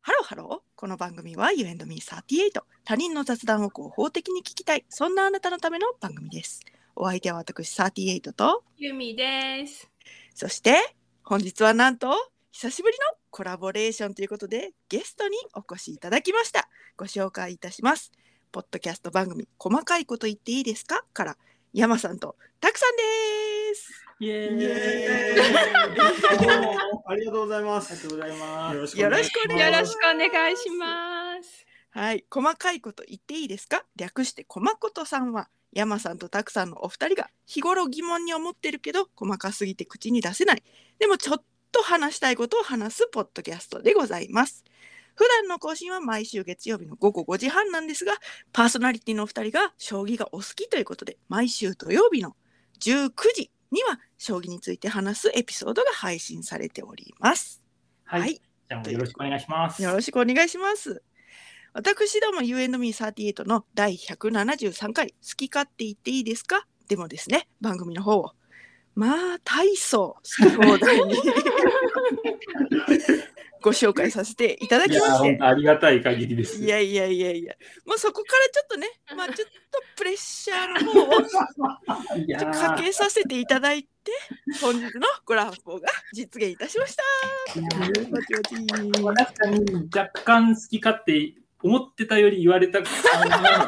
ハローこの番組は You and me38 他人の雑談を合法的に聞きたいそんなあなたのための番組ですお相手は私38とゆみです。そして本日はなんと久しぶりのコラボレーションということでゲストにお越しいただきましたご紹介いたしますポッドキャスト番組細かいこと言っていいですかから山さんとたくさんですイエイエーイ。どうもありがとうございまありがすと。うございます。よろしくおよ願ろいしくお願いします。はい、細かいこと言っていいですか略してこまことさんは山さんとたくさんのお二人が日頃疑問に思ってるけど細かすぎて口に出せないでもちょっと話したいことを話すポッドキャストでございます普段の更新は毎週月曜日の午後5時半なんですがパーソナリティのお二人が将棋がお好きということで毎週土曜日の19時には将棋について話すエピソードが配信されておりますははいい。じゃあもうよろしくお願いします。よろしくお願いします。私ども UNME38 の第173回「好き勝手言っていいですか?」でもですね番組の方をまあ大層好き放題 にご紹介させていただいきやまー、し本て当ありがたい限りです。いやいやいやいやもうそこからちょっと ねまあちょっとプレッシャーの方をいやーかけさせていただいて本日のコラボが実現いたしました。パチパチまあ確かに若干好きかって思ってたより言われた感が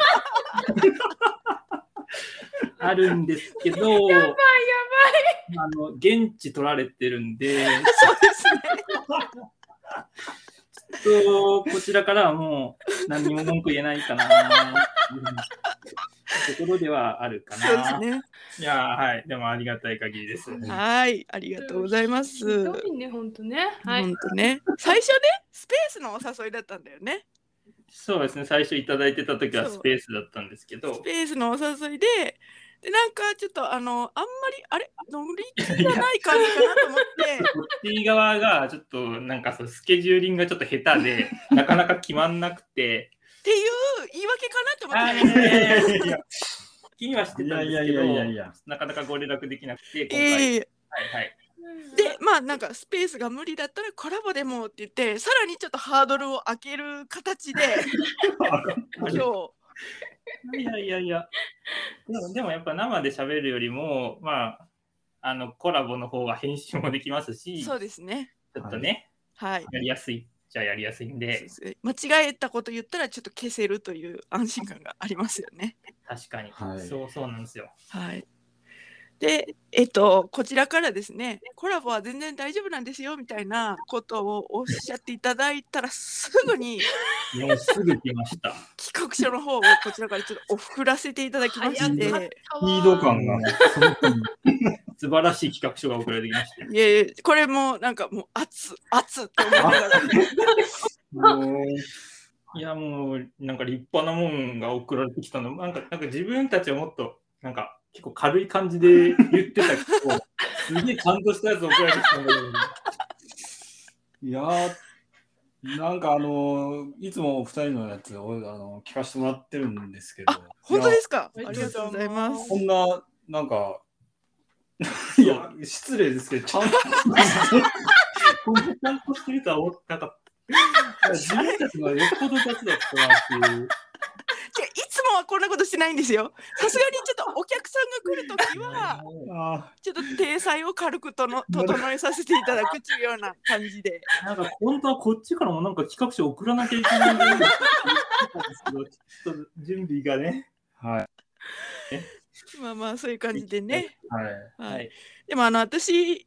あるんですけど、やばいやばい。あの現地取られてるんで、そうですねちょっとこちらからはもう何も文句言えないか な。うんところではあるかな。そうですねいやーはい、でもありがたい限りです。はい、ありがとうございます。ひどいね、本当ね。はい。本当ね、最初ね、スペースのお誘いだったんだよね。そうですね、最初いただいてた時はそうスペースだったんですけスど、ペースのお誘いで、でなんかちょっとあのあんまりあれ乗り気がない感じかなと思って、こっち側がちょっとなんかそうスケジューリングがちょっと下 手で、なかなか決まんなくて、っていう言い訳かなあと思って。ーいや気にはしていたやんいですけやいどやいやい、や。なかなかご連絡できなくて、今回、ええはいはい、でまあなんかスペースが無理だったらコラボでもって言ってさらにちょっとハードルを開ける形で 今日いやいやいや。で もでもやっぱ生で喋るよりも、まあ、あのコラボの方が編集もできますし、ちそょうですねっとね、はいやりやすいじゃやりやすいんで、間違えたこと言ったらちょっと消せるという安心感がありますよね確かに、はいそうそうなんですよ。はい。で、えっと、こちらからですね、コラボは全然大丈夫なんですよみたいなことをおっしゃっていただいたら、すぐにもうすぐ来ました。 企画書の方をこちらからちょっと送らせていただきまして、早いかっえたわスピード感が。すごく素晴らしい企画書が送られてきましたよ。いえこれもなんかもう熱、熱って思いながら、もういやもう、なんか立派なもんが送られてきたの、なんかなんか自分たちはもっと、なんか結構軽い感じで言ってたけど、 すげえ感動したやつ送られてきたんだけど。いやーなんかあのーいつもお二人のやつをあの聞かせてもらってるんですけど。本当ですすかいやありがとうございまいやす。こんななんか いや失礼ですけどちゃんとこんなちゃんとしてるとは思ってなかった。自分たちがよっぽど雑だったなってい違う。ういつもはこんなことしてないんですよ。さすがにちょっとお客さんが来るときは、あちょっと体裁を軽くとの整えさせていただくっていうような感じで。なんか本当はこっちからもなんか企画書送らなきゃいけないんだよって言ってたんですけど、ちょっと準備がね。ーはいまあまあ、そういう感じでね。はいはい。でもあの私い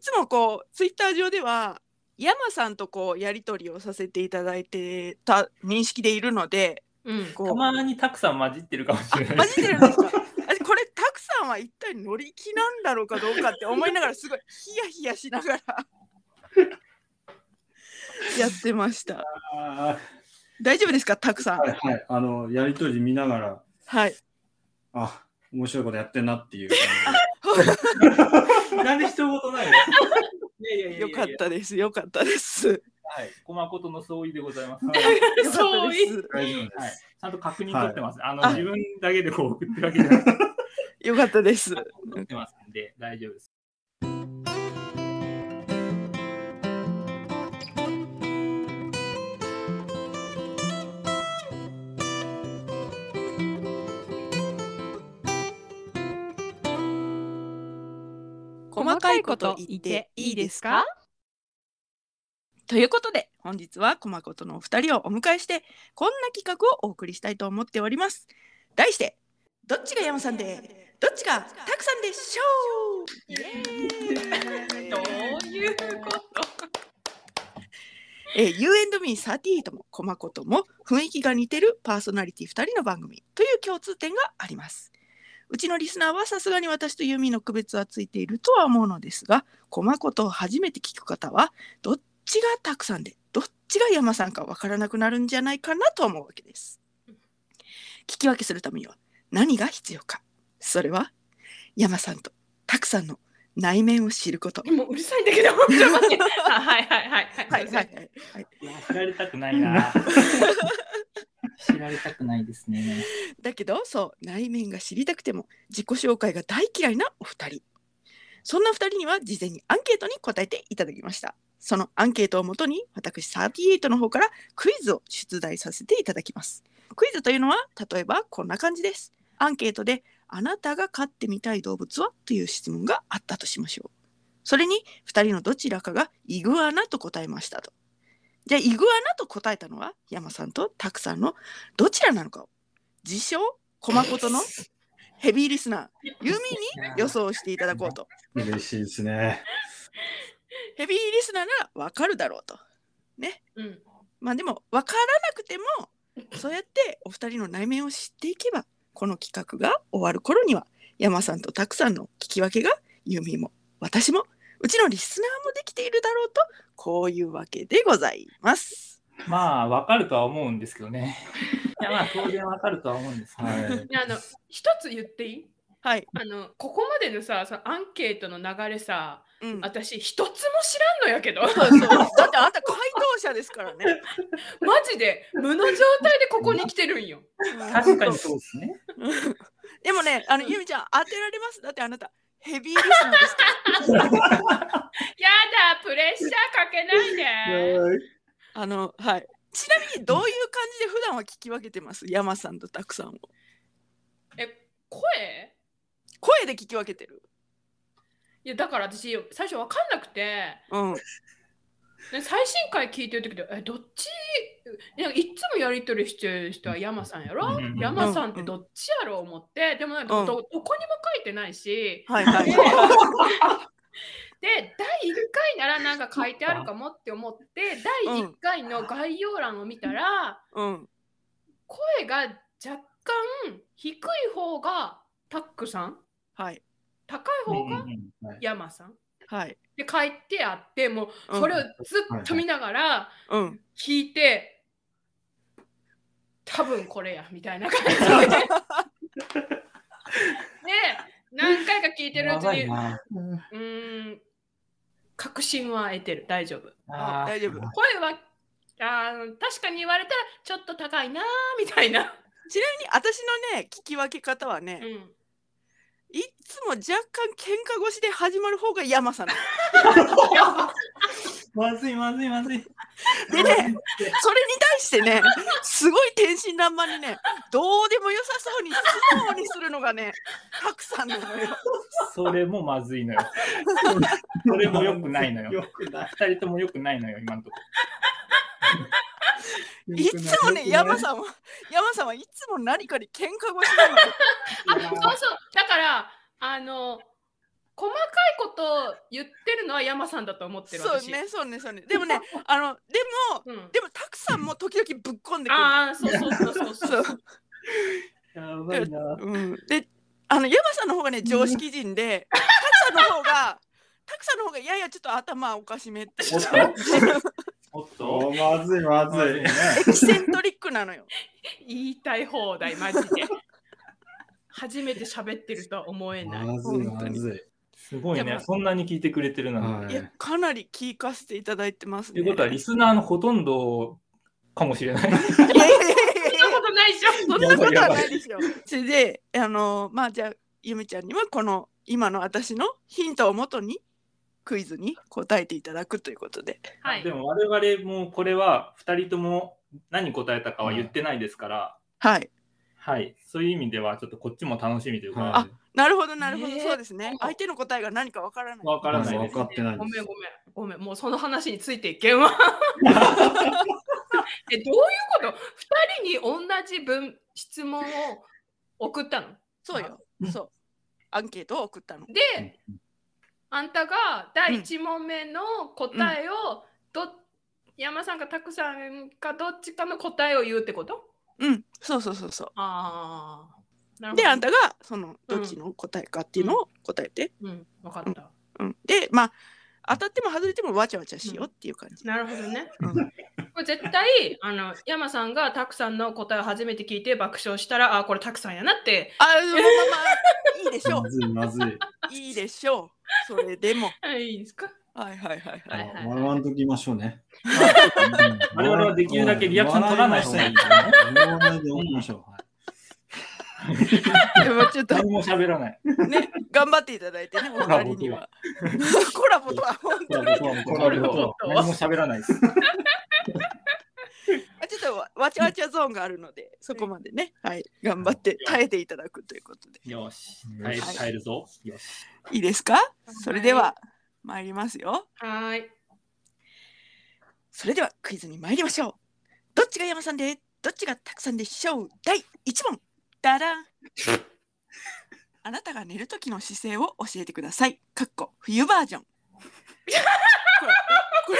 つもこうツイッター上では山さんとこうやり取りをさせていただいてた認識でいるのでうん。こたうまにたくさん混じってるかもしれない混じですってるんですかあこれたくさんは一体乗り気なんだろうかどうかって思いながらすごいヒヤヒヤしながら やってましたあ大丈夫ですかたくさんーはいはいあのやりとり見ながらはいあ面白いことやってんなっていうなんで一言 ないのいやいやいやいやよかったですよかったですはい。小誠の相違でございます。よかったでそうす大丈夫です、はい、ちゃんと確認取ってます。あのあ自分だけでこう送ってるわけじゃなくてよかったです取ってますんで大丈夫です。 「細かいこと言っていいですかということで本日はコマことのお二人をお迎えしてこんな企画をお送りしたいと思っております題してどっちが山さんでどっちがたくさんでしょうイエーイどういうことえー、You and me38 もコマコとも雰囲気が似てるパーソナリティ2人の番組という共通点があります。うちのリスナーはさすがに私とユーミンの区別はついているとは思うのですが、コマコとを初めて聞く方は、どっちがたくさんで、どっちが山さんかわからなくなるんじゃないかなと思うわけです。聞き分けするためには何が必要か。それは、山さんとたくさんの内面を知ること。もううるさいんだけど、 ちょっと待って。あはいはいはいは。はいいはいはい。いや知られたくないな。 知られたくないですね。だけどそう内面が知りたくても自己紹介が大嫌いなお二人そんな二人には事前にアンケートに答えていただきましたそのアンケートをもとに私38の方からクイズを出題させていただきますクイズというのは例えばこんな感じですアンケートであなたが飼ってみたい動物はという質問があったとしましょうそれに二人のどちらかがイグアナと答えましたとじゃあイグアナと答えたのは山さんとタクさんのどちらなのかを自称コマコト のヘビーリスナーユーミンに予想していただこう と嬉しいですね。ヘビーリスナーならわかるだろうとうん。まあでもわからなくてもそうやってお二人の内面を知っていけばこの企画が終わる頃には山さんとたくさんの聞き分けがユーミンも私もうちのリスナーもできているだろうとこういうわけでございます。まあ、わかるとは思うんですけどね。いや、まあ、当然わかるとは思うんですけど。はい。ねあの、一つ言っていいはい、あの、ここまでのさ、そのアンケートの流れさ、うん、私一つも知らんのやけど、そうそうだってあんた回答者ですからね。 マジで無の状態でここに来てるんよ。確かにそうですね。うん でもね、あのゆみちゃん当てられます。だってあなたヘビーリスナーです から。やだ、プレッシャーかけないで。あのはい。ちなみにどういう感じで普段は聞き分けてます？山さんとたくさんをえ、声声で聞き分けてる。いやだから私最初わかんなくてうん。で最新回聞いてる時でえどっちいやいつもやりとりしてる人は山さんやろうん山さんってどっちやろう思ってでもなんかうんどどこにも書いてないしはいはい。で第1回ならなんか書いてあるかもって思って第1回の概要欄を見たらうん。声が若干低い方がタックさんはい高い方が山さんはい。で書いてあってもうそれをずっと見ながら。うん。聞いて多分これやみたいな 感じでね何回か聞いてるうちにうあーん確信は得てる大丈夫あ大丈夫。声はあー確かに言われたらちょっと高いなーみたいな、ちなみに私のね聞き分け方はうね、ん、いつも若干喧嘩越しで始まる方が山さんなの。まずいまずいまずい。でね、それに対してね、すごい天真爛漫にね、どうでも良さそうに素直にするのがね、たくさんなのよ。それもまずいのよ。 それも良くないの よ。よくない。二人とも良くないのよ、今のとこいつもね、山さんは、山さんはいつも何かに喧嘩越しなのよ。あそうそうだからあの細かいことを言ってるのは山さんだと思ってるそう私ね、そうね、そうね。でも ね、あの、でも、うん、でも、たくさんも時々ぶっこんでくる。ああそうそうそうそうそうそう、ん。やばいな。うん、で、あの、山さんの方がね、常識人で、たくさんの方が、たくさんの方が、いやいや、ちょっと頭おかしめって。おっとおっとおまずいまずい。エキ セントリックなのよ。言いたい放題マジ で初めて喋ってるとは思えないまずいまずい。すごいね。そんなに聞いてくれてるなんて。はいいや、かなり聞かせていただいてますといね。うことは、リスナーのほとんどかもしれない。いやいやいやいそんなことないでしょそんなや、そんなことはやばいやばいない ですよ。それで、あの、まあ、じゃあ、ゆめちゃんには、この、今の私のヒントをもとに。クイズに答えていただくということで。はいでも我々もこれは2人とも何答えたかは言ってないですから、はい。はい、そういう意味では、ちょっとこっちも楽しみというか、はなるほどなるほど、ねえそうですね相手の答えが何かわからないわからないです。分かってないごでめんすご。めんごめんもうその話についていけ んわ。えどういうこと ?2 人に同じ分質問を送ったの。そうよそうアンケートを送ったので、あんたが第1問目の答えをど、山さんかたくさんかどっちかの答えを言うってことうんそうそうそうそああ。なうるほどであんたがそのどっちの答えかっていうのを答えて、うん、分かった。うん、でまあ当たっても外れてもわちゃわちゃしようっていう感じ、なるほどね。うんこれ絶対あの山さんがたくさんの答えを初めて聞いて爆笑したらあーこれたくさんやなってあでもまあまあいいでしょまずいまずい。ういいでしょうそれでもいいですかはいはいはいはいはいはい笑わんときましょうね。我々はできるだけリアクション取らない方がいいですね。笑わないでおきましょう。はい でもちょっと何も喋らない。ね頑張っていただいてねお二人には コラボとは本当にこれは何も喋らないです。あちょっとわわちゃわちゃゾーンがあるので、そこまでね、はい、頑張って耐えていただくということで。よし、耐えはい耐えるぞ。よし。いいですかそれでは、参りますよ。はーい。それでは、クイズに参りましょう。どっちが山さんで、どっちがたくさんでしょう第1問。だらん。あなたが寝る時の姿勢を教えてください。かっこ冬バージョン。これ、これ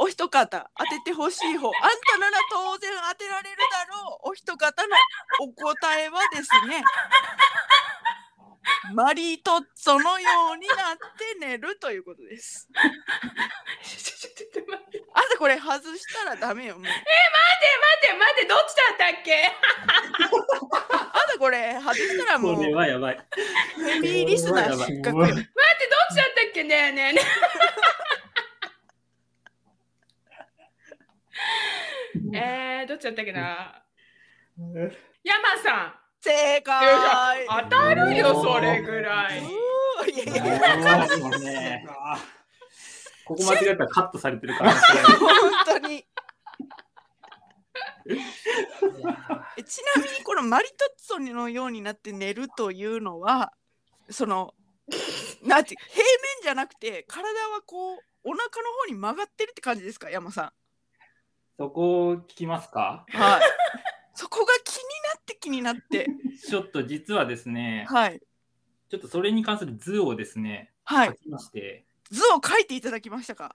お一方当ててほしい方。あんたなら当然当てられるだろう。お一方のお答えはですね。マリートッツォのようになって寝るということです。ちょちょちょちょ待って待ってあんたこれ外したらダメよ。もう待ってどっちだったっけ？あんたこれ外したらもうこれはやばい。ヘビーリスナー失格よ。待ってどっちだったっけねえねえねえ。えー、どっちだったっけな。山さん。正解。当たるよそれぐらい。うーいやいやおいやーそうねここ間違ったらカットされてるから。こ れ本当に。えちなみにこのマリトッツォのようになって寝るというのはそのなんて平面じゃなくて体はこうお腹の方に曲がってるって感じですか山さそこを聞きますかん。はい。そこが気になって気になってちょっと実はですね、はいちょっとそれに関する図をですね、はい書きまして、図を書いていただきましたか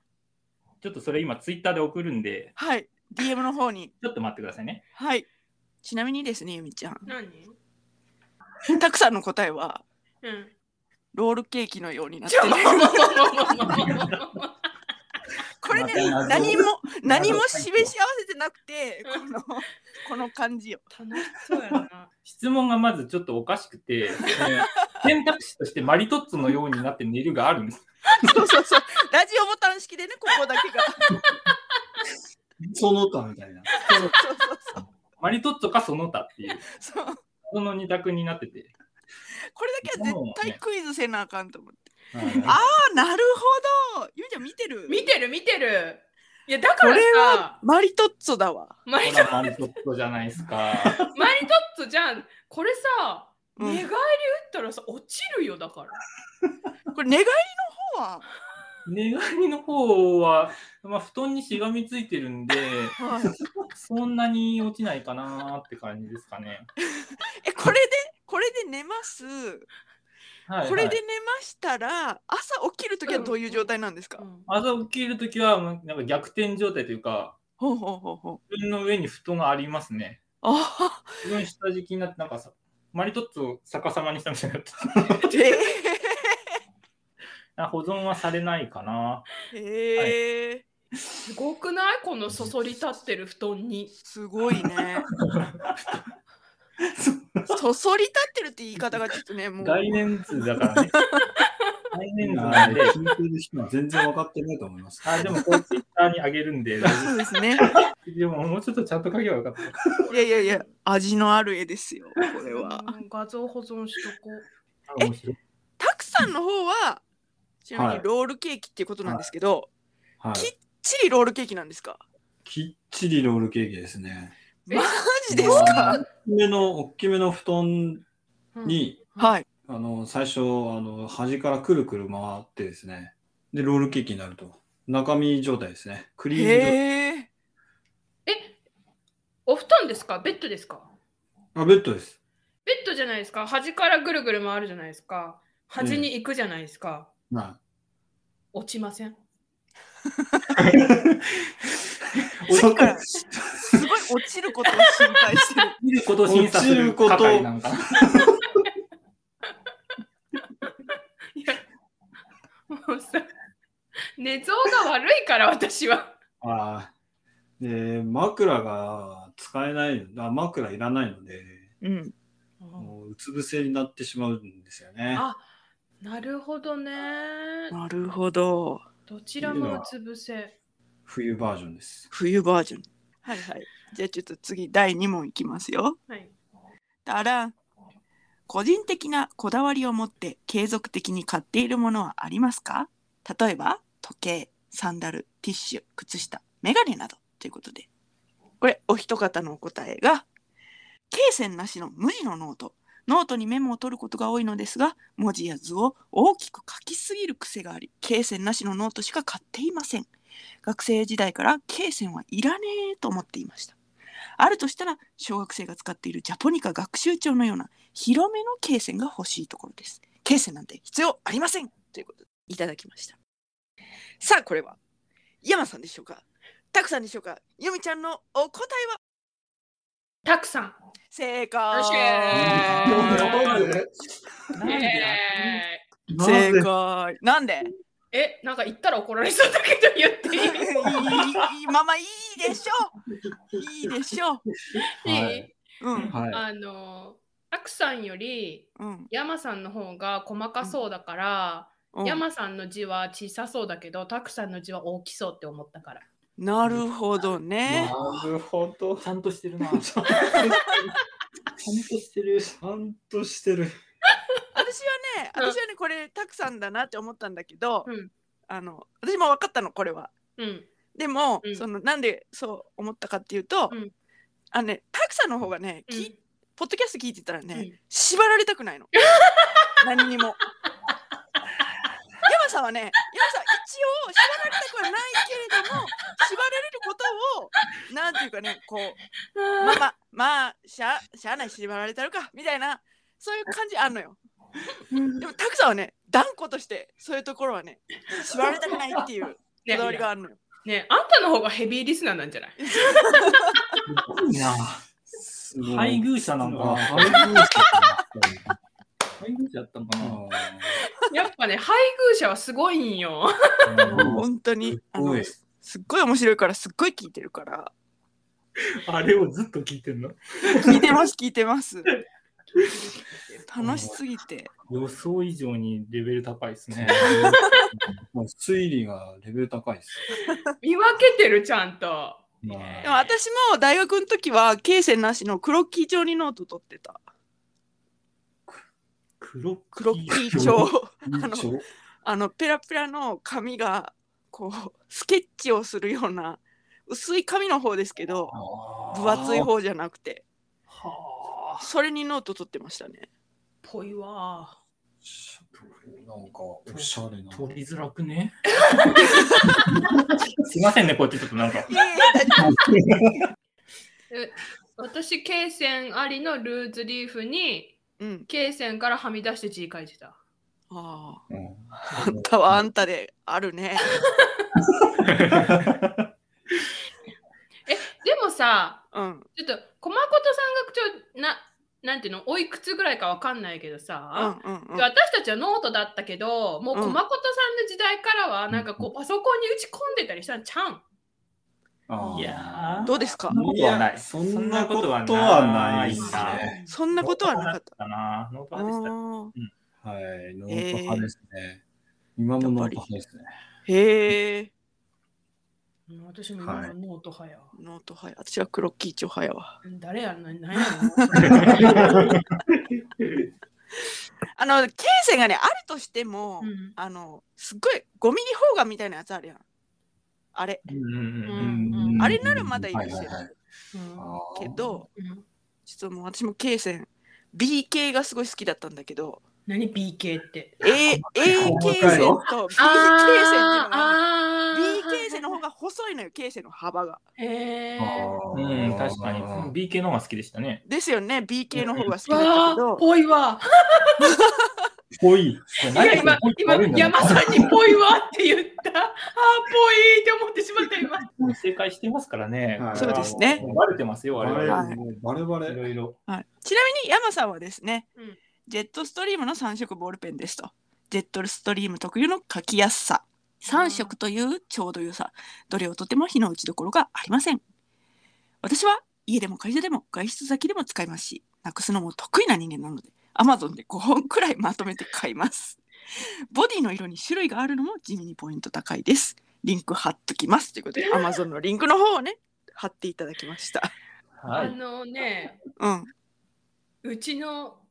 ちょっとそれ今ツイッターで送るんで、はい DM の方にちょっと待ってくださいね。はいちなみにですねゆみちゃん何？たくさんの答えはうん。ロールケーキのようになってちょ寝るこれね、また謎何も何も謎示し合わせてなくてこのこの感じよ。楽しそうやな。質問がまずちょっとおかしくて、選択肢としてマリトッツォのようになって寝るがあるんです。そうそうそう。ラジオボタン式でねここだけが。その他みたいな。そうそうマリトッツォかその他っていう、そうそう。その二択になってて、これだけは絶対クイズせなあかんと思って。はあなるほど。ゆみちゃん見て る。見てる見てる。いやだからこれさ、マリトッツォだわ。マリほトらマリトッツォじゃないですか。マリトッツォじゃん。これさ、うん寝返り打ったらさ落ちるよだから。これ寝返りの方は。寝返りの方は、まあ、布団にしがみついてるんで、はい、そんなに落ちないかなーって感じですかね。えこれでこれで寝ます。はい、はい。これで寝ましたら朝起きるときはどういう状態なんですか。朝起きるときは、もうなんか逆転状態というか、ほうほうほうほう。自分の上に布団がありますね。あ自分下敷きになって、なんかさ、マリトッツォを逆さまにしたみたいになってー。えあ保存はされないかな。ー、えー。すごくないこのそそり立ってる布団に。すごいね。そそり立ってるって言い方がちょっとね、もう。概念図だからね。概い念図ななんんでで、聞いてる人は全然分かってないと思います。あでもこれツイッターにあげるんで、そうですね。でももうちょっとちゃんと書けばよかった。いやいやいや、味のある絵ですよ、これは。うん画像保存しとこう。え面白いたくさんの方は、ちなみはにいロールケーキっていうことなんですけど、はい。チリロールケーキなんですかきっちりロールケーキですね。マジですか大きめの、大きめの布団うんに、はい。あの、最初、あの、端からくるくる回ってですね、で、ロールケーキになると。中身状態ですね。クリーム状態。へえ。お布団ですかベッドですかあ、ベッドです。ベッドじゃないですか端からぐるぐる回るじゃないですか端に行くじゃないですか、は落ちませんい。さっき からすごい落ちることを心配してる。見ることを審査する係なのかな。いやもうさ寝相が悪いから私はあーで、枕が使えない、あ枕いらないので、 うん。もううつ伏せになってしまうんですよね。あなるほどねなるほど。どちらもうつ伏せ冬バージョンです。冬バージョン。はいはい。じゃあちょっと次第2問いきますよ。はいだらん。個人的なこだわりを持って継続的に買っているものはありますか例えば時計、サンダル、ティッシュ、靴下、メガネなどということで。これお一方のお答えが罫線なしの無地のノート。ノートにメモを取ることが多いのですが文字や図を大きく書きすぎる癖があり罫線なしのノートしか買っていません。学生時代から罫線はいらねえと思っていました。あるとしたら小学生が使っているジャポニカ学習帳のような広めの罫線が欲しいところです。罫線なんて必要ありませんということでいただきました。さあこれは山さんでしょうかたくさんでしょうかゆみちゃんのお答えはたくさん正よっし解ゃーなんでなぜ正解なんでえなんか言ったら怒られそうだけど言っていいいいままいいでしょいいでしょはいいいうんはい。あのたくさんよりうん山さんの方が細かそうだから、うん山さんの字は小さそうだけどたくさんの字は大きそうって思ったからなるほどねなるほど。ちゃんとしてるな。 ちゃんとしてる。ちゃんとしてる。私はねうん私はねこれたくさんだなって思ったんだけど、うんあの私も分かったのこれは。うんでも、うんそのなんでそう思ったかっていうと、うんあのねたくさんの方がね、うきんポッドキャスト聞いてたらね、うん縛られたく ないの何にも。山さんはね山さんは一応縛られたくはないけれども縛られることをなんていうかねこう まあまあ、まあ、しゃしゃあない縛られたのかみたいなそういう感じあんのよ。でもたくさんはね断固としてそういうところはね縛られたくないっていうこねだわりがあるのよ。ねあんたの方がヘビーリスナーなんじゃないいいな。すご配偶者ななんのか、か配偶者かなな。配偶者だったのかな。やっぱね配偶者はすごいんようん本当にあすごのいすっごい面白いからすっごい聞いてるからあれをずっと聞いてんの聞いてます聞いてます。楽しすぎて予想以上にレベル高いです ね。もう推理がレベル高いです。見分けてるちゃんとまでも私も大学の時は罫線なしのクロッキー帳にノート取ってた黒クロッキー 帳あ、一応あのペラペラの紙がこうスケッチをするような薄い紙の方ですけど分厚い。方じゃなくてはあ。それにノート取ってましたねぽいわなんか、おしゃれな。取りづらくね。すいませんね、こうやってちょっとなんか。いやいや大丈私罫線ありのルーズリーフに夫うん罫線からはみ出して字書いてたああうんあんたはあんたであるねでもさうんちょっと、こまことさんがちょな、なんていうの、おいくつぐらいかわかんないけどうんさ、うんうん私たちはノートだったけど、もうこまことさんの時代からは、なんかこう、パソコンに打ち込んでたりしたんちゃうん。あーいやーどうですかそんなことはないい。やそんなことはないですねそんなことはなかったたな。ノートあ派でした。ーはい、ノート派ですね。今もノート派ですね。へえうん私もはい今ノート派や。ノート早い私はクロッキー帳早わ誰やな、なんや ろあの罫線がねあるとしても、うんあのすっごい5ミリ方眼みたいなやつあるやんあれうんうんうんうんあれならまだいいはでいすはいよはいあーけど実はもう私も K 線 B 系がすごい好きだったんだけど、何 BK って。 A, A 細形かい線よと B 形線っていうのがああるー B 形線の方が細いのよ形線の幅がへあーーうん、確かに。B 系の方が好きでしたね。ですよね B 形の方が好きだったわけどあ、ぽいわ。ぽい。いや、今、今、山ん。さんにぽいわって言った。あー、ぽいって思ってしまった、今。正解してますからね。はいそうですねバレてますよ、バ我レ々。はいもうバレバいレ。ろいろ。はい、ちなみに山さんはですね、うんジェットストリームの3色ボールペンですとジェットストリーム特有の書きやすさ3色というちょうど良さどれをとても火の打ちどころがありません私は家でも会社でも外出先でも使いますしなくすのも得意な人間なので Amazon で5本くらいまとめて買いますボディの色に種類があるのも地味にポイント高いですリンク貼っときますということで Amazon のリンクの方をね貼っていただきましたはあい。のね、うんうちの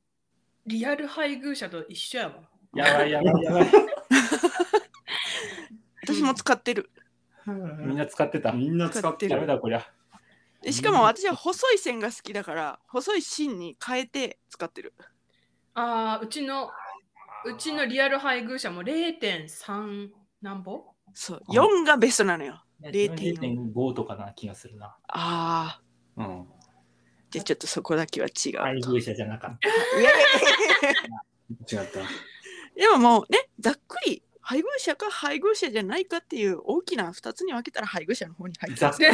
リアル配偶者と一緒やわ。やばいやばいやばい。私も使ってるみんな使ってた。みんな使ってダメる。だこりゃ。でしかも私は細い線が好きだから細い芯に変えて使ってるああ、うちの、うちのリアル配偶者も0.3何ぼ そう4がベストなのよ0.5とかな気がするな。ああうん。じゃあちょっとそこだけは違う配と、偶者じゃなかった。いやい違っ た。やでももうねざっくり配偶者か配偶者じゃないかっていう大きな2つに分けたら配偶者の方に 入ってざまっすく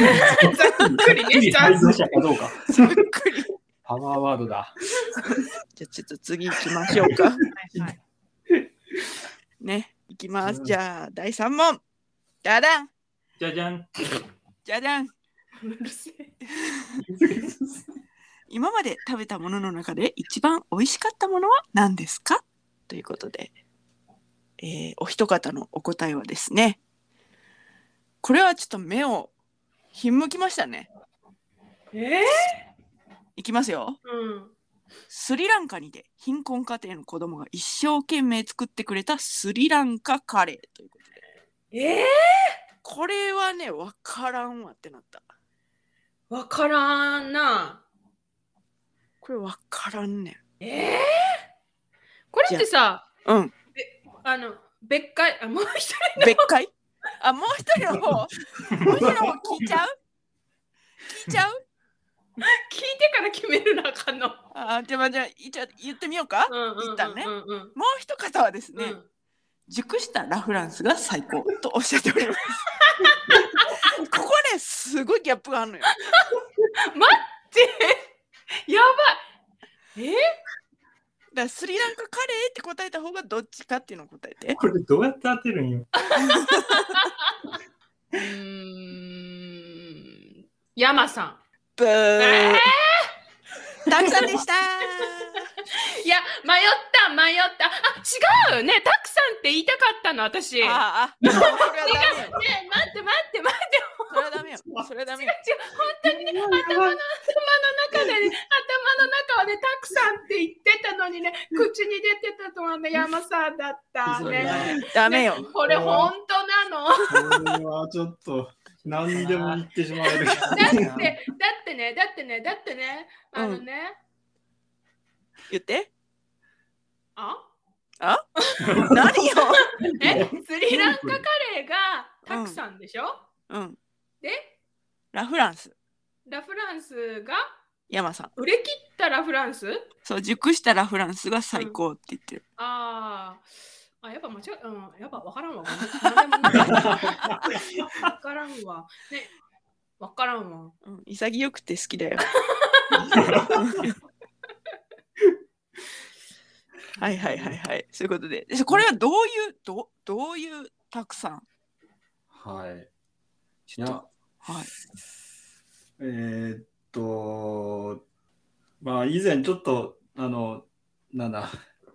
りざっくりね、配偶者かどうか。ざっくりパワーワードだ。じゃあちょっと次行きましょうかはいはいね行きますうんじゃあ第3問じゃだんじゃじゃん。じゃだんうるせえ今まで食べたものの中で一番美味しかったものは何ですかということで、えーお一方のお答えはですねこれはちょっと目をひんむきましたねえいきますようん。スリランカにて貧困家庭の子供が一生懸命作ってくれたスリランカカレーということでえこれはねわからんわってなったー、わからんな。これわからんねんえー、これってさ、うんあの、別会、あ、もう一人、別解あもう一人の方もう一人の方聞いちゃう聞いちゃう聞いてから決めるなあかんの。あーじゃあまあじゃあ一応言ってみようか、うんうんうんうん一旦ねうんうんもう一方はですね、うん熟したラフランスが最高とおっしゃっておりますここねすごいギャップがあるのよでやばい。だえからスリランカカレーって答えた方がどっちかっていうのを答えて これどうやって当てるんよ。うーん。山さん。ブー、えたくさんでしたいや、迷った、迷った。あ、違うよね。たくさんって言いたかったの、私。ーね、あーあそれはダメよ待って、待って、待って。それはダメよそれはダメよ違う、本当にね、頭の、頭の中でね、頭の中はね、たくさんって言ってたのにね、口に出てたのはね、山さんだった。そうだね。ダメよねこれ本当なの。これはちょっと、何でも言ってしまえる。だって、だってね、だってね、だってね、あのね、言ってあ何よえ、スリランカカレーがたくさんでしょ、うんで、ラフランスラフランスが山さん売れ切ったラフランスそう熟したラフランスが最高って言ってる、あーあ、やっぱ間違え、うん、やっぱわからんわ。わからんわ。ね、わからんわ。うん、潔くて好きだよ はいはいはいはい。そういうことで。でこれはどういう、どどういうたくさんはい。ちいょっとや、はい。えーっと、まあ、以前ちょっと、あの、なんだ、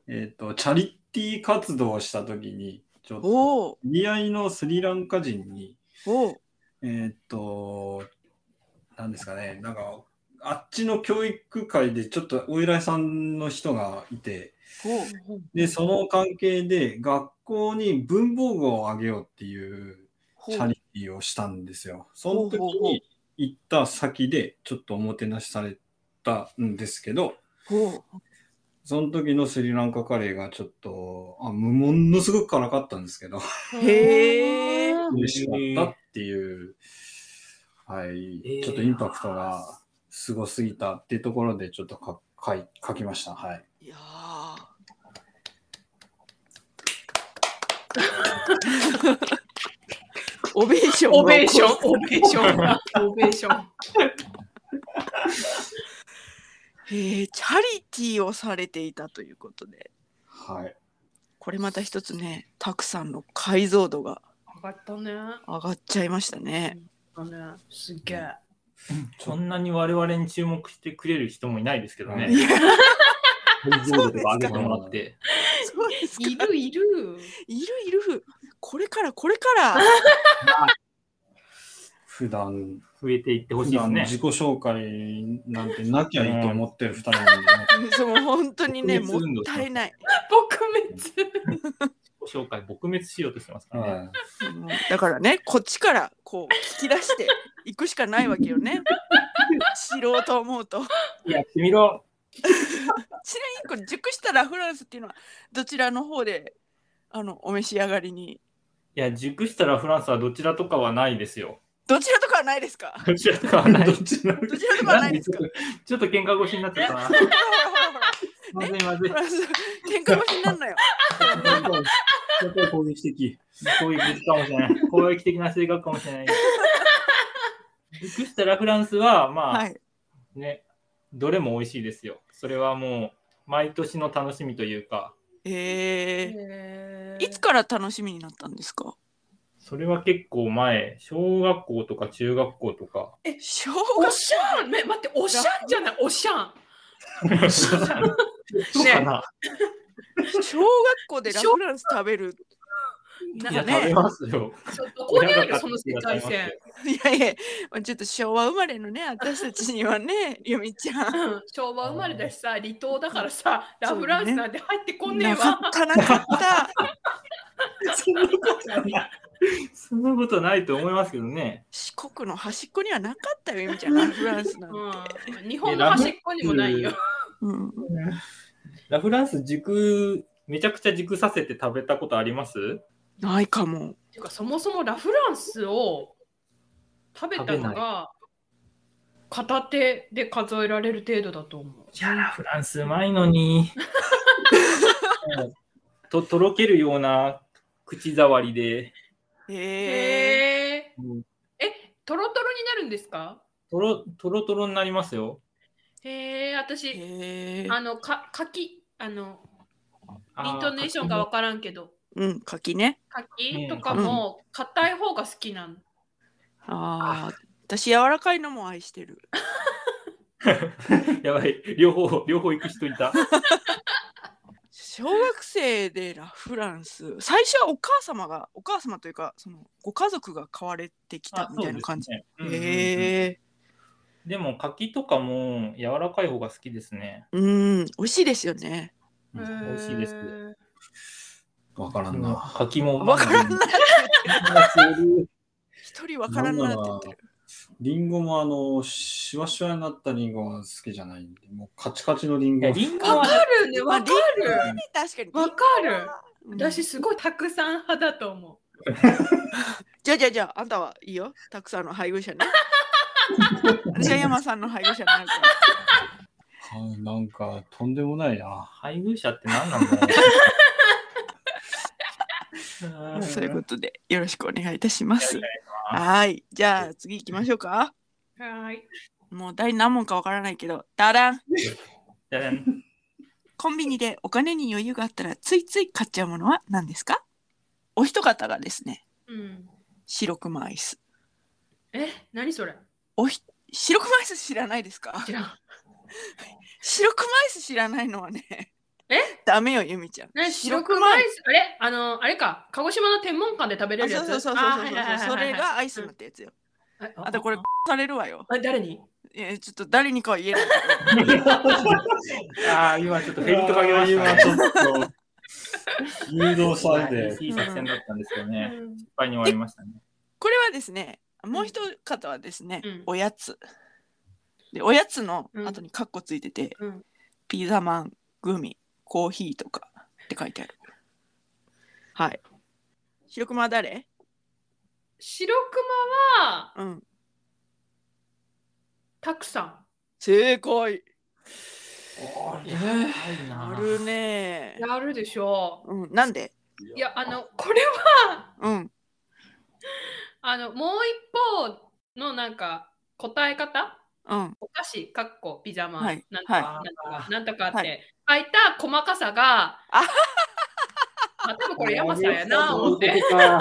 えーっと、チャリティー活動をしたときに、ちょっと、おお見合いのスリランカ人に、おおえーっと、なんですかね、なんか、あっちの教育界でちょっとお偉いさんの人がいて、おうで、その関係で学校に文房具をあげようっていうほチうャリティーをしたんですよ。その時に、行った先でちょっとおもてなしされたんですけど、ほう。その時のスリランカカレーがちょっと、あものすごく辛かったんですけど、へー嬉しかったっていう、はい、えーちょっとインパクトがすごすぎたっていうところでちょっとか書い書きました。はい。いやーオベーションが起こる。オベーション、オベーション、オベーション。へえチャリティーをされていたということで、はい。これまた一つね、たくさんの解像度が上がったね。上がっちゃいましたね。あね、すげえ。 そんなに我々に注目してくれる人もいないですけどうんい ね。や、解像度とか上げてもらって。そうですか。いるいる。いるいる。これからこれから。 普段、増えていってほし普いです段ね。自己紹介なんてなきゃいいと思ってる二人なんでね。そう本当にね、もっ特別運動たいない。撲滅。自己紹介撲滅しようとしてますからね。は。うんだからね、こっちからこう聞き出していくしかないわけよ ね。知ろうと思うと。やってみろ。ちなみにこれ熟したラ・フランスっていうのはどちらの方であのお召し上がりにいや、熟したらフランスはどちらとかはないです よ。どちらとかはないですかどちらとかはないい。 どちらどちらとかはないです かなんでちょっとちょっと喧嘩腰になっちゃった な。ほらほらほらまずいまずいフ。ランス喧嘩腰になんなよ。ちら攻撃的。攻撃的かもしれない。攻撃的な性格かもしれな い。熟したらフランスは、まあ、はい。ね、どれも美味しいですよ。それはもう、毎年の楽しみというか、えへー、ーいつ。から楽しみになったんですかそれは結構前、小学校とか中学校 とか。小お学しゃん、ね、待って、おしゃんじゃない、おしゃん。そうかな。小学校でラ・フランス食べる。 ないんや、か食べね、ますよ。そうどこにある、その世界線。いやいや、まあちょっと昭和生まれのね、私たちには ね、ゆみちゃん。うん昭和生まれだしさ、離島だからさ、ラ・フランスなんて入ってこんねえなかわ。ったなかった。そんなことない。そんなことないと思いますけどね。四国の端っこにはなかったよ、ゆみちゃん。ラ・フランス なんて。うん、日本の端っこにもないよ。うんラフランス熟、めちゃくちゃ熟させて食べたことありますないかも。てかそもそもラ・フランスを食べたの食べが片手で数えられる程度だと思う。いや、ラフランスうまいのに。 と、とろけるような口触りで、へえ。へえ。え、トロトロになるんですかとろ、とろとろになりますよ。へえ、私、へえ。あの、か、かき、あの、あイントネーションがわからんけど、うん、柿ね。かきとかも硬い方が好きなの。ああ、私柔らかいのも愛してる。やばい、両方、両方行く人 いた。小学生でラ・フランス。最初はお母様が、お母様というか、そのご家族が買われてきたみたいな感じ。あそうですねうんうんうんへえ。でも、柿とかも柔らかい方が好きですね。うん、美味しいですよね。うへんー美味しいです。わからんな。柿もうまわいからんな。うん一人わからんなって言ってる。リンゴもあの、シワシワになったリンゴは好きじゃないんで、もうカチカチのリンいゴや、。リンゴわはかるね、わかる。確かに。わかる。うん私、すごいたくさん派だと思う。じゃあじゃあじゃあ、あんたはいいよ。たくさんの配偶 者ね。私は山さんの配偶者になるから。はいなんか、とんでもないな。配偶者って何なんだろ うそういうことでよろしくお願いいたします。はい。じゃあ次行きましょうか。はーい。もう第何問かわからないけど、ダダンじゃあねコンビニでお金に余裕があったらついつい買っちゃうものは何ですかお一方がですね、うん。白熊アイス。え、何それおひ白熊アイス知らないですか知らん。白熊アイス知らないのはね、えダメよ、ゆみちゃん。ね、白熊アイス、あれあの、あれか、鹿児島の天文館で食べれあるそやうつ。そうそうそうあそうはいはいはいはいそれがアイスになったやつよ。あとこれ、されるわよ。あ誰にえーちょっと誰にかは言えないけど。 ああ、今ちょっとフェイントかけました、今ね。ちょっと、誘導されて。いい作戦だったんですけどね。うん失敗に終わりましたね。これはですね、もう一方はですね、うんおやつでおやつのうん後にカッコついてて、うんピザマングミコーヒーとかって書いてあるはい白熊は誰白熊はうんたくさん。正解おーやばいなあるねやるでしょうんなんでう。いや、あの、これは、うんあの、もう一方のなんか答え方、うんお菓子、かっこ、ピザマン、はいなんとか、はいなんとか、なんとかっはて書いた細かさが、あまあ、多分これ山さんやな、思っ そういて。うことか。あ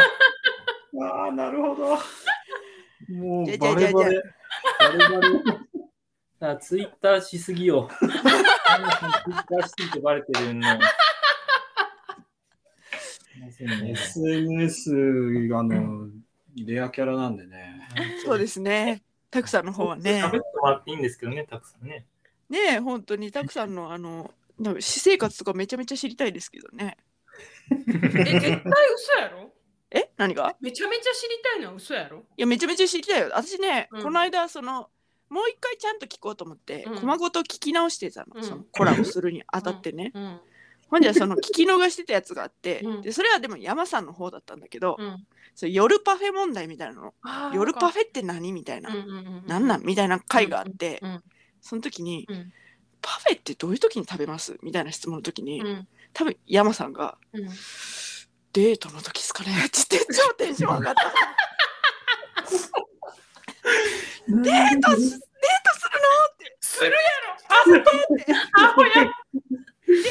あ、なるほど。もじゃうじゃバじゃじレゃバレ。バレバレ。あ、ツイッターしすぎよ。ツイッターしすぎてバレてるね。すいませんね SNS があの、レアキャラなんでね。そうですねたくさんの方はね喋ってもらっていいんですけどね、たくさんね。ねえ本当にたくさんのあのなんか私生活とかめちゃめちゃ知りたいですけどねえ、絶対嘘やろえ何がめちゃめちゃ知りたいのは嘘やろいやめちゃめちゃ知りたいよ私ね、うんこの間そのもう一回ちゃんと聞こうと思って、うんコマごと聞き直してたの,、うんそのコラボするにあたってね、うん。ほんじゃその聞き逃してたやつがあって、うんでそれはでも山さんの方だったんだけど、うん、それ夜パフェ問題みたいなの夜パフェって何みたいな、うんうんうん、なんなんみたいな回があって、うんうんその時に、うんパフェってどういう時に食べますみたいな質問の時に、うん多分山さんがうん、デートの時ですかねっつって超テンション上がった。デートすデートするのするやアホやデートの時にパフェ食べる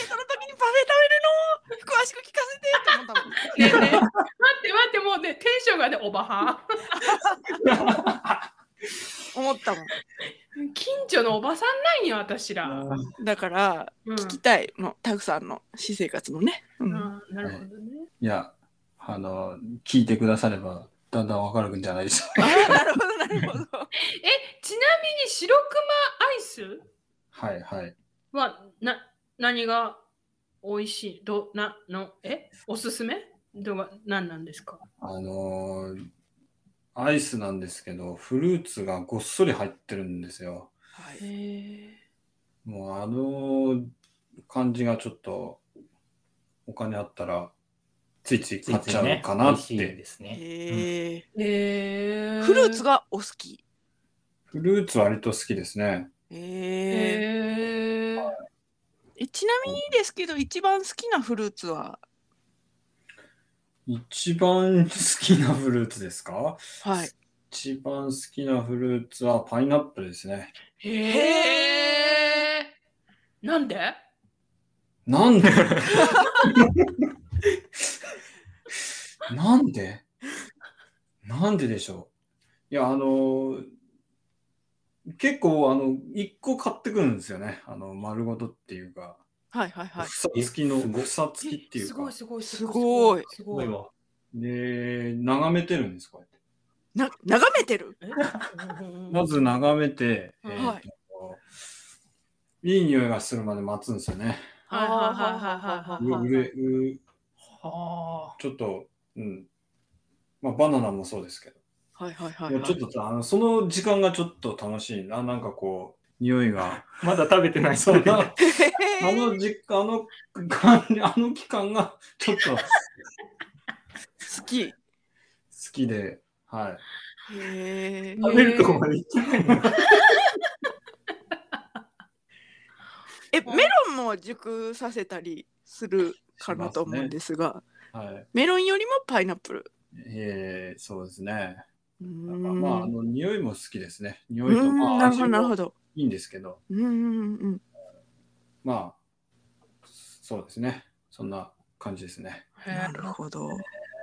の詳しく聞かせてって思ったもん。ねえねえ待って待ってもうねテンションがねおばは思ったもん 近所のおばさんなんよ私ら、ん。だからうん聞きたいのたくさんの私生活のね。ううんん、なるほどねいや、あの、聞いてくだされば、だんだんわかるんじゃないですか。あーなるほどなるほど。えちなみに白熊アイスはいはい。はな何が美味しいどなのえおすすめどが何なんですかあのーアイスなんですけど、フルーツがごっそり入ってるんですよ。はへい、えもうあの感じがちょっと、お金あったら、ついつい買っちゃうかな美っ味しいて。ですえね。ーへえフルーツがお好き。フルーツ割と好きですね。えーへええちなみにですけど一番好きなフルーツは一番好きなフルーツですかはい。一番好きなフルーツはパイナップルですね。へえなんでなん でなんでなんででしょういや、あの、結構、あの、一個買ってくるんですよね。あの、丸ごとっていうか、はいはいはい。房付きの、えすごい房付きっていうすごかい。すごいすごいすすごごいいわ。で、眺めてるんです、こうやって。な眺めてる。え まず眺めて、うんえーはいといい匂いがするまで待つんですよね。はいはいはいはいはうい上うはちょっと、うん。まあ、バナナもそうですけど、はいはいはいもはうい。ちょっとあの、その時間がちょっと楽しいな、なんかこう、匂いが。あ。まだ食べてないそうな あへーの時間、あの感じ、あの期間がちょっと好好き。へきで、はい。え。食べるとこまで行ってないの。え、メロンも熟させたりするかなと思うんですが、はい。メロンよりもパイナップル。えー、そうですね。うーなんんかまあ、あの、匂いも好きですね。匂ういーとんまあなるほ味どなるほもど。いいんですけど、うんうんうん。まあ、そうですね。そんな感じで すね。なへるほど。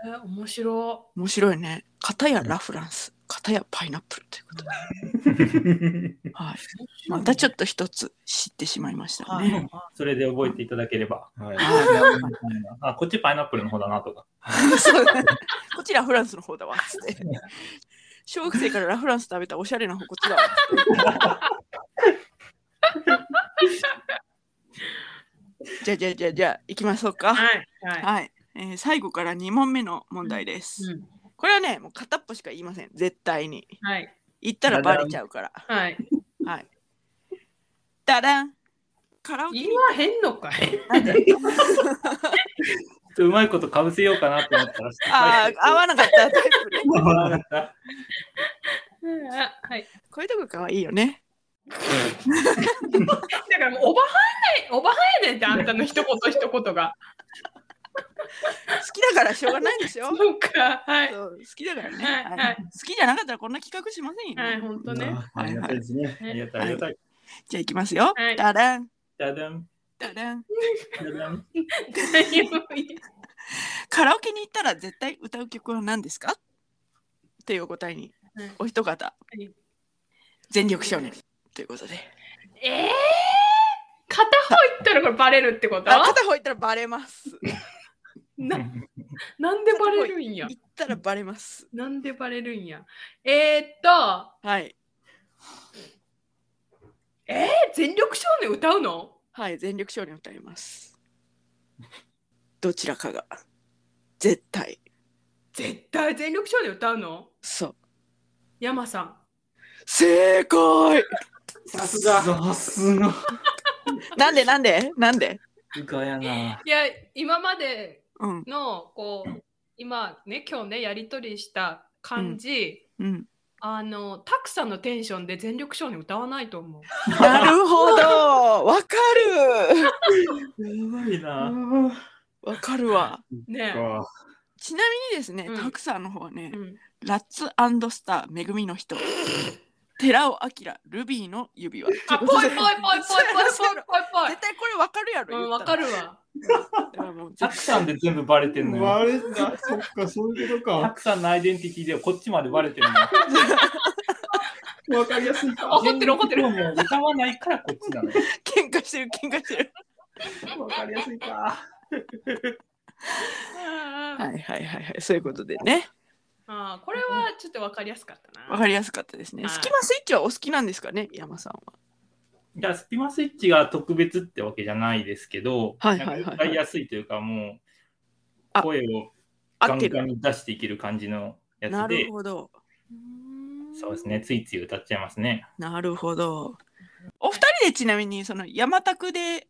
え面白面白いね。片やラフランス、片やパイナップルということで。はい。いまたちょっと一つ知ってしまいましたはいね。それで覚えていただければ。はい。はあ、こっちパイナップルの方だなとか。い そうだねこちらフランスの方だわ。つって小学生からラフランス食べたおしゃれな方こっちだわ。 じゃあじゃあじゃあじゃあ行きましょうか。はいはいはい、えー最後から2問目の問題です。うんこれはね、もう片っぽしか言いません。絶対に。はい。言ったらバレちゃうから。はい。 ダダンカラオケ言わへんのかい とうまいことかぶせようかなと思ったら、ああ、合わなかったタイプね。合わなかったうんあはい。 こういうとこ可愛いよね。だからもう、おばはんねん、おばはんやねんって、あんたの一言一言が。好きだからしょうがないで しょ。 そうか。はい。そう好きだからね、はいはい好きじゃなかったらこんな企画しませんよ、はい、本当ね。あありがたいですね。ありがたい、ありがたい。じゃあいきますよ、はいダダンダダン、ダダンダダン。だいぶカラオケに行ったら絶対歌う曲は何ですかっていうお答えに、はいお一方、い全力少年ということで ええー、片方行ったらこれバレるってことあ片方行ったらバレますななんでバレるんや行ったらバレますなんでバレるんやえー、っと、はいえー、全力少年歌うのはい全力少年歌いますどちらかが絶対絶対全力少年歌うのそう山さん。正解さすが。さすが。なんでなんでなんでうかやな。いや、今までうんの、こう、今ね、今日ね、やりとりした感じ、うんあの、たくさんのテンションで全力少年歌わないと思う。なるほど、わかる。やばいな。わかるわ。ねかちなみにですね、うんたくさんの方はねえ。う、ん、ラッツスターめぐみの人、寺尾明、ルビーの指輪。あ、ぽいぽいぽいぽいぽいぽい絶対これわかるやぽい。うろ。ん、わかるわ。る。たくさんで全部バレてんのよ。れた。そっか、そういうことた。くさんのアイデンティティでこっちまでバレてるのよ。 わかりやすいか怒ってる怒ってる。もう歌わないからこっちなのよ。喧嘩してる、喧嘩してる。わかりやすいか。あはいはいはいはい、そういうことでね、あー、これはちょっとわかりやすかったな。わかりやすかったですね。はいスキマスイッチはお好きなんですかね、山さんは。いや、スピマスイッチが特別ってわけじゃないですけど、はいはいはいはいなんか歌いやすいというか、もあう、声を合ガっンてガンる。に出していける感じのやなつでる、ほど。そうですね、ついつい歌っちゃいますね。なるほど。お二人でちなみにその山拓で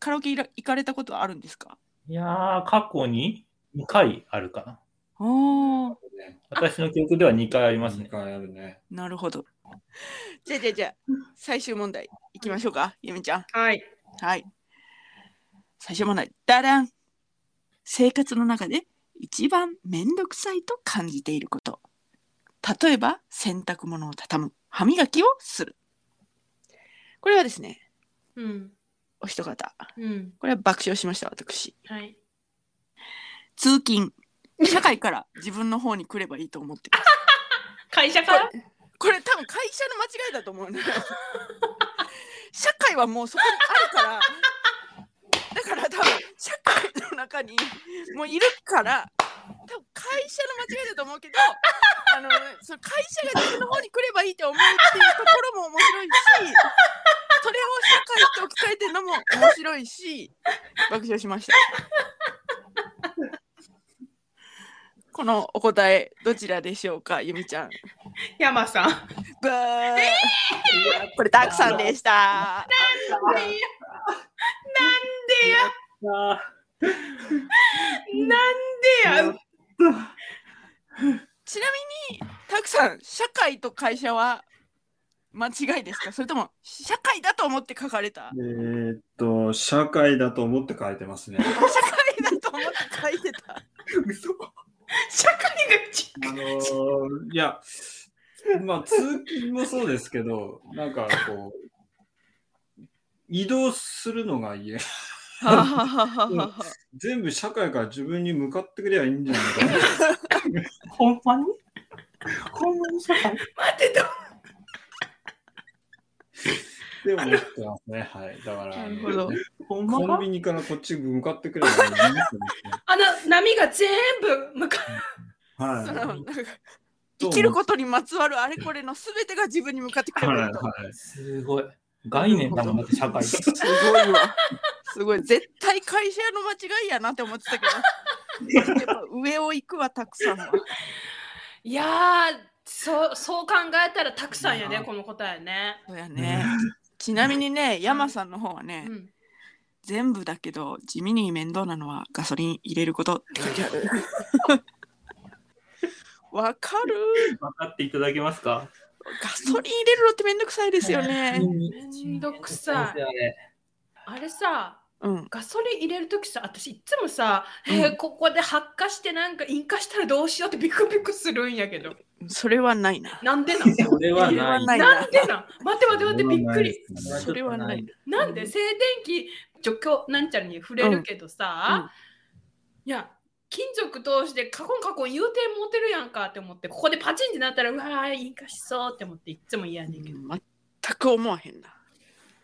カラオケいら行かれたことはあるんですか？いやー、過去に2回あるかな。おお、私の記憶では2回ありますね。回あるね。なるほど。じゃあじゃあじゃあ最終問題行きましょうか、ゆみちゃん。はい。はい。最終問題。ダダン。生活の中で一番めんどくさいと感じていること。例えば洗濯物を畳む、歯磨きをする。これはですね、うん。お一方。うん。これは爆笑しました私。はい。通勤社会から自分の方に来ればいいと思ってる会社かこられ多分会社の間違いだと思うのよ社会はもうそこにあるからだから多分社会の中にもういるから多分会社の間違いだと思うけどあのその会社が自分の方に来ればいいと思うっていうところも面白いしそれを社会って置き換えてるのも面白いし爆笑しましたこのお答えどちらでしょうかゆみちゃん山さん。ブーこれたくさんでした。なんでやあなんでやちなみにたくさん社会と会社は間違いですかそれとも社会だと思って書かれたえーっと、社会だと思って書いてますね。社会だと思って書いてた。嘘社会がちあのーいや、まあ、通勤もそうですけど、なんかこう、移動するのが家。はははははは全部社会から自分に向かってくればいいんじゃないかな。ほんまにほんまに社会待ってた。でも思ってますね。はい。だから、なるほどほんまコンかビニからこっち向かってくればいいんですよね。あの波が全部向かそはのい。なんか生きることにまつわるあれこれのすべてが自分に向かってくはいるはい。すごい。概念だもんだって社会すごいわ。すごい絶対会 社の間違いやなって思ってたけど。やっぱ上を行くはたくさんは。いやーそうそう考えたらたくさんやいねやこの答えね。そうやね。ちなみにね、山さんの方はね、うん、全部だけど地味に面倒なのはガソリン入れることって書いてある。 わかる分かっていただけますかガソリン入れるのってめんどくさいですよね。めんどくさい。い。あれあれさうん。ガソリン入れる時さ私いつもさ、えうーここで発火してなんか引火したらどうしようってビクビクするんやけどそれはないな。なんでなんそれはない。ないなんでなん待って待って待ってびっくり。それはない。なんで静電気除去なんちゃらに触れるけどさ、いや金属通してカコンカコン言うて持てるやんかって思ってここでパチンってなったらうわー引火しそうって思っていっつも嫌やねんけど、全く思わへんな。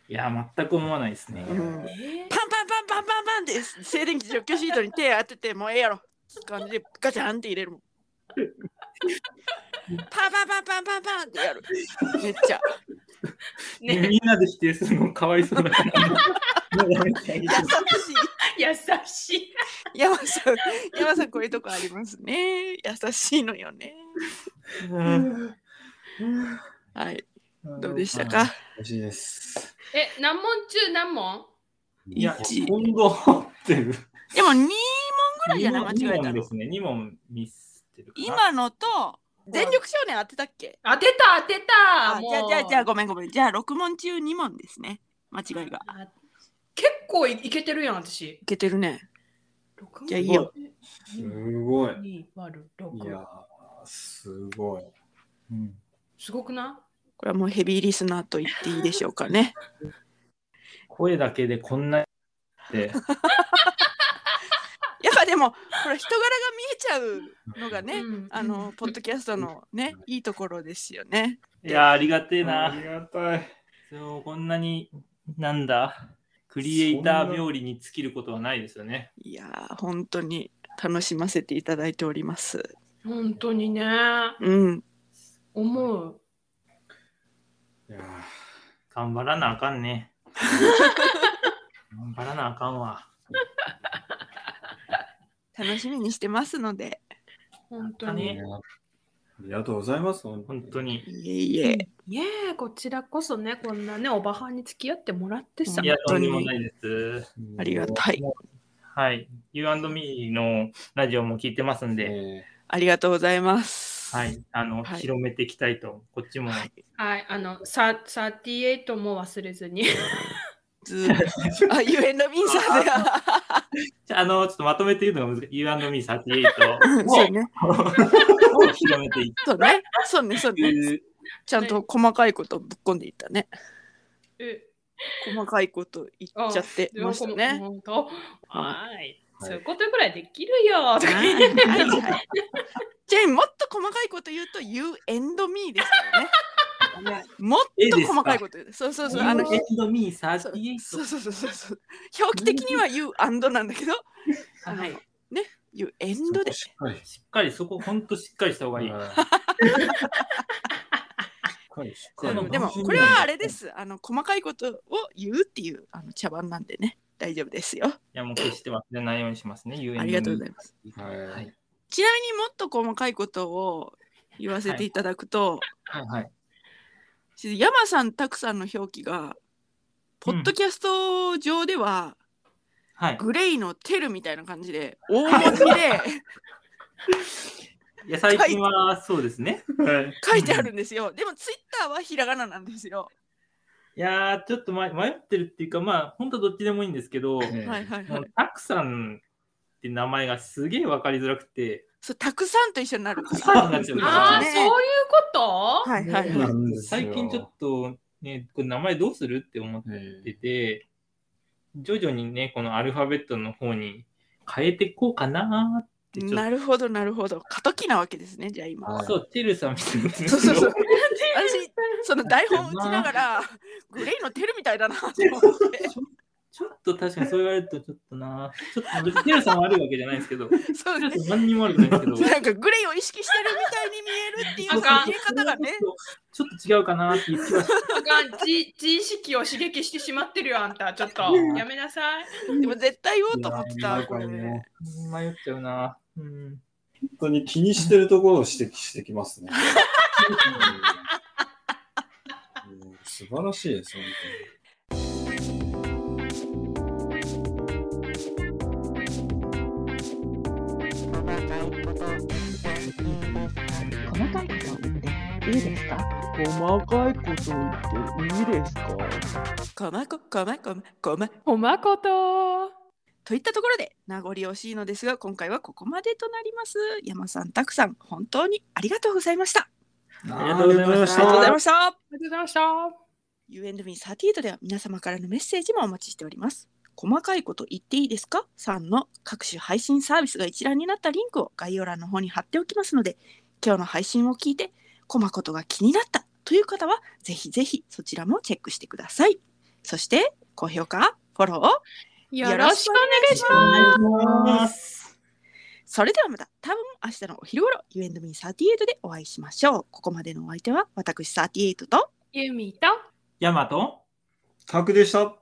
いや、全く思わないですね。うんえパーンパンパンパンパンパンです。静電気除去シートに手当ててもうええやろ。感じでガチャンって入れるもん。パンパンパンパンパンパンってやる。めっちゃ。 ねみんなで否定するのかわいそうだから。優しい。優しい山さん、山さんこういうとこありますね。優しいのよね。はい、どうでしたか。美味しいです。え何問中何問 いいやや、一今度ってる。でも二問ぐらいじゃない二問間違えた二問での。すね。2問ミスってるかな。今のと全力少年当てたっけ。当てた当てたあ、もうじゃあじゃあじゃあごめんごめん。じゃあ六問中二問ですね。間違いが。あ結構いいけてるやん私いけてるね。六じゃあいいよすごい。二割る六いやー、すごい。うんすごくなこれはもうヘビーリスナーと言っていいでしょうかね。 声だけでこんな って。やっぱでもほら人柄が見えちゃうのがね、うんあのポッドキャストのねいいところですよね。いや、ありがてえあなり。がたい。そう、こんなに、なんだ、クリエイター冥利に尽きることはないですよね。いやー本当に楽しませていただいております。本当にねうん。思ういや頑張らなあかん ね。頑張らなあかんわ。楽しみにしてますので。本当ーにいやーありがとうございます。本本当に。いえいえ。いやーこちらこそねこんなねおばはんに付き合ってもらってさいや、と本当んにでもないです。ありがたい。はい。You&Me のラジオも聞いてますんで、えありがとうございます。は。い。あの、はい広めていきたいと、こっちも。はいはいあのさ38も忘れずに ずー あ、ゆえのみんさんで。じゃあ、あの、ちょっとまとめて言うのが難しい。You&Me38 うんそうね。をを広めていそうね。そうね。そうね。く。ちゃんと細かいことぶっこんでいったね。え細かいこと言っちゃってましたね。本当ははいはいそういうことぐらいできるよとはい かはいはいじゃあもっと細かいこと言うと You and me ですよね。もっと細かいこと言う。そうそうそう。あの You&Me38 そうそうそうそうそう。表記的には You and なんだけど、あのはいね、You ー and で。しっかり。しっかりそこ、ほんとしっかりした方がいい。 はいしっそかうりなのでもこれはあれです。あの細かいことを言うっていうあの茶番なんでね、大丈夫ですよ。いや、もう決して忘れないようにしますね。You&Me ありがとうございます。ははいい。ちなみにもっと細かいことを言わせていただくと、はいはい。ヤマさんたくさんの表記がポッドキャスト上では、はい。グレイのテルみたいな感じで大文字でいや、最近はそうですね。はい書いてあるんですよ。でもツイッターはひらがななんですよ。いやー、ちょっと迷迷ってるっていうか、まあ、本当どっちでもいいんですけど、も。えーはいはいはいうたくさんって名前がすげえ分かりづらくて、そうたくさんと一緒になるかたくら。さんになっちゃうんですよあーねそういうことはいはいそうは。ないんですよ最近ちょっと、ね、これ名前どうするって思っえてーて、徐々にね、このアルファベットの方に変えてこうかなーってちょなっるほどなるほど。過渡期なわけですね、じゃあ今。はと。そいう、てるさんみたいな。そうそう そう。私、その台本打ちながら、グレイのテルみたいだなって思って、ちょっと確かにそう言われるとちょっとなー、ちょっと別にテルさん悪いわけじゃないんです けど、テそうルね。さん何にも悪くないんですけ ど。なんかグレイを意識してるみたいに見えるっていなんうか見え方がね、ちょっと違うかなって言ってました。が自自意識を刺激してしまってるよあんたちょっとやめなさいでも絶対言おうと思ってた、これね。迷っちゃうな。うん。当に気にしてるところを指摘してきますね。うんうん素晴らしいです、本細かいことを言っていいですか細かいこと言っていいですかこまここまこまこまほまこと。といったところで名残惜しいのですが今回はここまでとなります山さんたくさん本当にありがとうございました当に。ありがとうございましあたりがとうございましたありがとうございました。 U&Me38 では皆様からのメッセージもお待ちしております。細かいこと言っていいですかさんの各種配信サービスが一覧になったリンクを概要欄の方に貼っておきますので、今日の配信を聞いて、コマことが気になったという方は、ぜひぜひそちらもチェックしてください。そして、高評価、フォローをよろしくお願いします。お願いします。それではまた、多分明日のお昼頃、You and Me38 でお会いしましょう。ここまでのお相手は、私38と、ユミと。ヤマトタクでした。